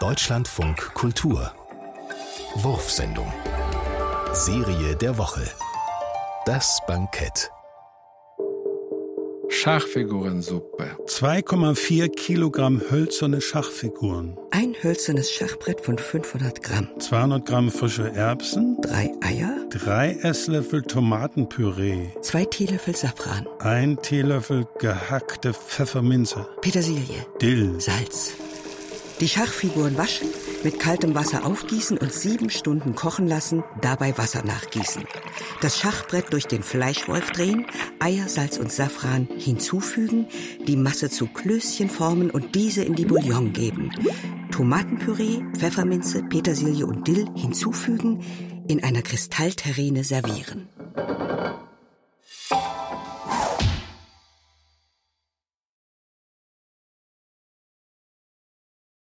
Deutschlandfunk Kultur. Wurfsendung. Serie der Woche. Das Bankett. Schachfigurensuppe. 2,4 Kilogramm hölzerne Schachfiguren, Ein hölzernes Schachbrett von 500 Gramm. 200 Gramm frische Erbsen, Drei Eier. 3 Esslöffel Tomatenpüree, Zwei Teelöffel Safran. 1 Teelöffel gehackte Pfefferminze, Petersilie. Dill, Salz. Die Schachfiguren waschen, mit kaltem Wasser aufgießen und sieben Stunden kochen lassen, dabei Wasser nachgießen. Das Schachbrett durch den Fleischwolf drehen, Eier, Salz und Safran hinzufügen, die Masse zu Klößchen formen und diese in die Bouillon geben. Tomatenpüree, Pfefferminze, Petersilie und Dill hinzufügen, in einer Kristallterrine servieren.